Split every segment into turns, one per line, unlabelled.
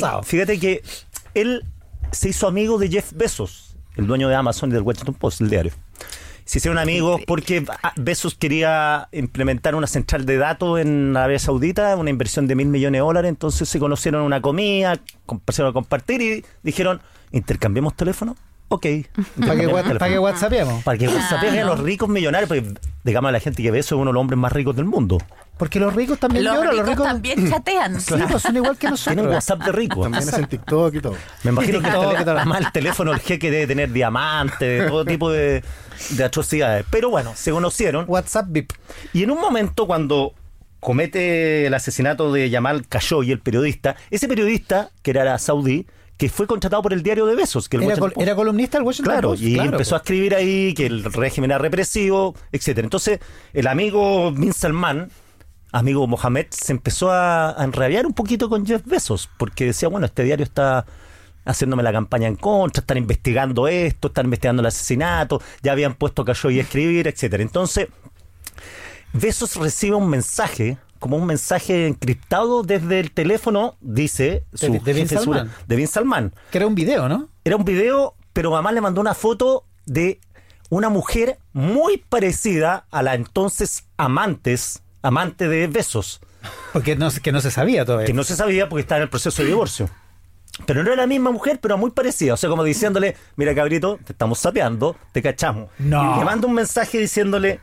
pasado. Fíjate que él se hizo amigo de Jeff Bezos, el dueño de Amazon y del Washington Post, el diario. Se hicieron amigos porque Bezos quería implementar una central de datos en Arabia Saudita, una inversión de mil millones de dólares. Entonces se conocieron en una comida, empezaron a compartir y dijeron: ¿intercambiamos teléfono? Ok.
Para que,
intercambiemos
what-
teléfono.
pa' que WhatsAppemos.
Para que
Ah,
WhatsApp a los ricos millonarios, porque digamos a la gente que ve eso es uno de los hombres más ricos del mundo.
Porque los ricos también
Los
lloran,
ricos,
los ricos.
también chatean.
Sí, pues son igual que
Tienen
nosotros.
WhatsApp de rico.
También es en TikTok y todo.
Me imagino que el
Todo,
tele-
todo.
además el teléfono el jeque debe tener diamantes, todo tipo de, de atrocidades. Pero bueno, se conocieron.
WhatsApp VIP.
Y en un momento cuando comete el asesinato de Yamal Khashoggi, el periodista, ese periodista, que era saudí, que fue contratado por el diario de Besos, que el
Era,
Washington
col- era columnista del Washington
Claro,
Post,
y empezó a
po.
escribir ahí que el régimen era represivo, etcétera. Entonces, el amigo Bin Salman, amigo Mohamed, se empezó a, a enrabiar un poquito con Jeff Bezos, porque decía, bueno, este diario está haciéndome la campaña en contra, están investigando esto, están investigando el asesinato, ya habían puesto cayó y a escribir, etcétera. Entonces, Besos recibe un mensaje, como un mensaje encriptado desde el teléfono, dice su
De- de Bin
jefe de seguridad-
Salman.
de Bin Salman
Que era un video, ¿no?
era un video, pero mamá le mandó una foto de una mujer muy parecida a la entonces amantes, amante de Besos,
Porque no, se- que no se sabía todavía.
que no se sabía porque estaba en el proceso de divorcio. Pero no era la misma mujer, pero muy parecida. O sea, como diciéndole, mira cabrito, te estamos sapeando, te cachamos.
No.
Y le manda un mensaje diciéndole,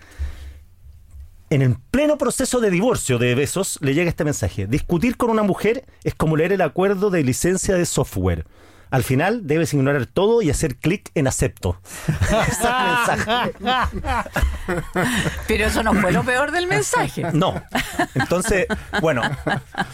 en el pleno proceso de divorcio de Besos, le llega este mensaje. Discutir con una mujer es como leer el acuerdo de licencia de software. Al final debes ignorar todo y hacer clic en acepto. Ese es el mensaje.
Pero eso no fue lo peor del mensaje.
No. Entonces, bueno,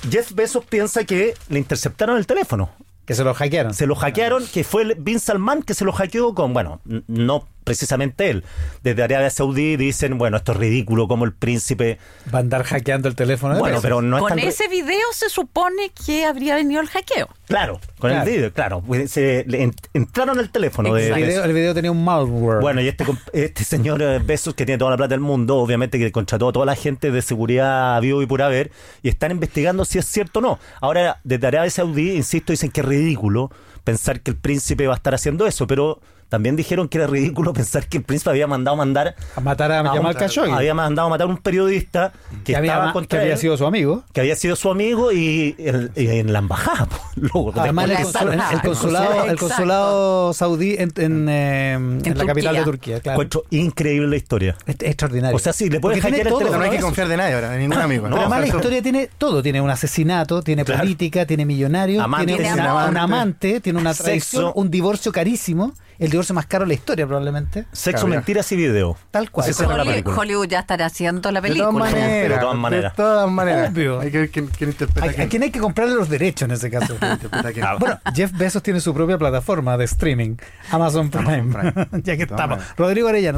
Jeff Bezos piensa que le interceptaron el teléfono.
Que se lo hackearon.
Se lo hackearon, que fue el Bin Salman que se lo hackeó con, bueno, n- no precisamente él. Desde Arabia Saudí dicen, bueno, esto es ridículo, como el príncipe.
Va a andar hackeando el teléfono de
Bueno,
Bezos.
pero no es
Con
tan ri-
ese video se supone que habría venido el hackeo.
Claro, con
Claro.
el video, claro. Pues, Se, le en- entraron al teléfono de,
El
de-
video, el video tenía un malware.
Bueno, y este, comp- este señor eh, Bezos, que tiene toda la plata del mundo, obviamente que contrató a toda la gente de seguridad vivo y por haber, y están investigando si es cierto o no. Ahora, desde Arabia Saudí, insisto, dicen que es ridículo pensar que el príncipe va a estar haciendo eso, pero también dijeron que era ridículo pensar que el príncipe había mandado mandar
a matar a
a
Jamal
un-
Khashoggi.
Ah, había mandado matar a un periodista que,
que había,
estaba
ma- que
contra
había
él,
sido su amigo.
que había sido su amigo y, el- y en la embajada, po, loco, te
Además, el,
Exacto.
consul- el
Exacto.
consulado, el
Exacto.
consulado saudí en, en, eh, en la
Turquía.
capital de Turquía. Claro.
encuentro increíble la historia.
Es- es extraordinario.
O sea, sí, le puedes
Porque tiene
hackear el
todo,
No, no hay
teléfono.
que confiar de nadie ahora, de ningún amigo.
Pero además la
Eso-
historia tiene todo, tiene un asesinato, tiene
Claro.
política, tiene millonarios,
Amantes,
tiene un,
tiene
un
amante.
amante, tiene una
Sexo.
traición, un divorcio carísimo, el divorcio más caro de la historia probablemente,
Sexo,
Cabrón.
mentiras y video.
tal cual.
Sí, sí. Cierra la
Holly-
película.
Hollywood ya estará haciendo la
De todas
película.
maneras.
Pero de todas maneras.
De todas maneras.
Obvio.
Hay que ver quién, quién
¿A,
interpreta
a quién hay que comprarle los derechos en ese caso?
interpreta quién.
Ah,
bueno, Jeff Bezos tiene su propia plataforma de streaming, Amazon Prime.
Prime.
ya que
Toma.
estamos. Rodrigo Arellano,